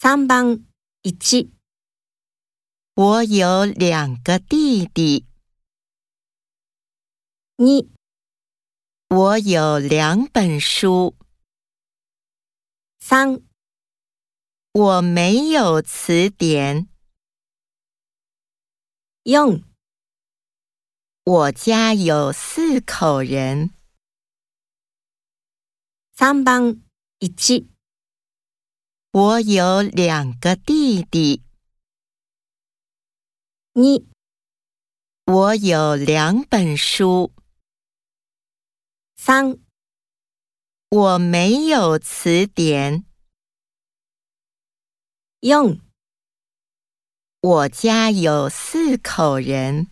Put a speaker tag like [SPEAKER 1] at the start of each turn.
[SPEAKER 1] 3番1、
[SPEAKER 2] 我哦有两个弟弟，
[SPEAKER 1] 2、
[SPEAKER 2] 我有两本书，
[SPEAKER 1] 3、
[SPEAKER 2] 我没有词典，
[SPEAKER 1] 4、
[SPEAKER 2] 我家有四口人。
[SPEAKER 1] 3番1、
[SPEAKER 2] 我有两个弟弟，
[SPEAKER 1] 2、
[SPEAKER 2] 我有两本书，
[SPEAKER 1] 3、
[SPEAKER 2] 我没有词典，
[SPEAKER 1] 4
[SPEAKER 2] 我家有四口人。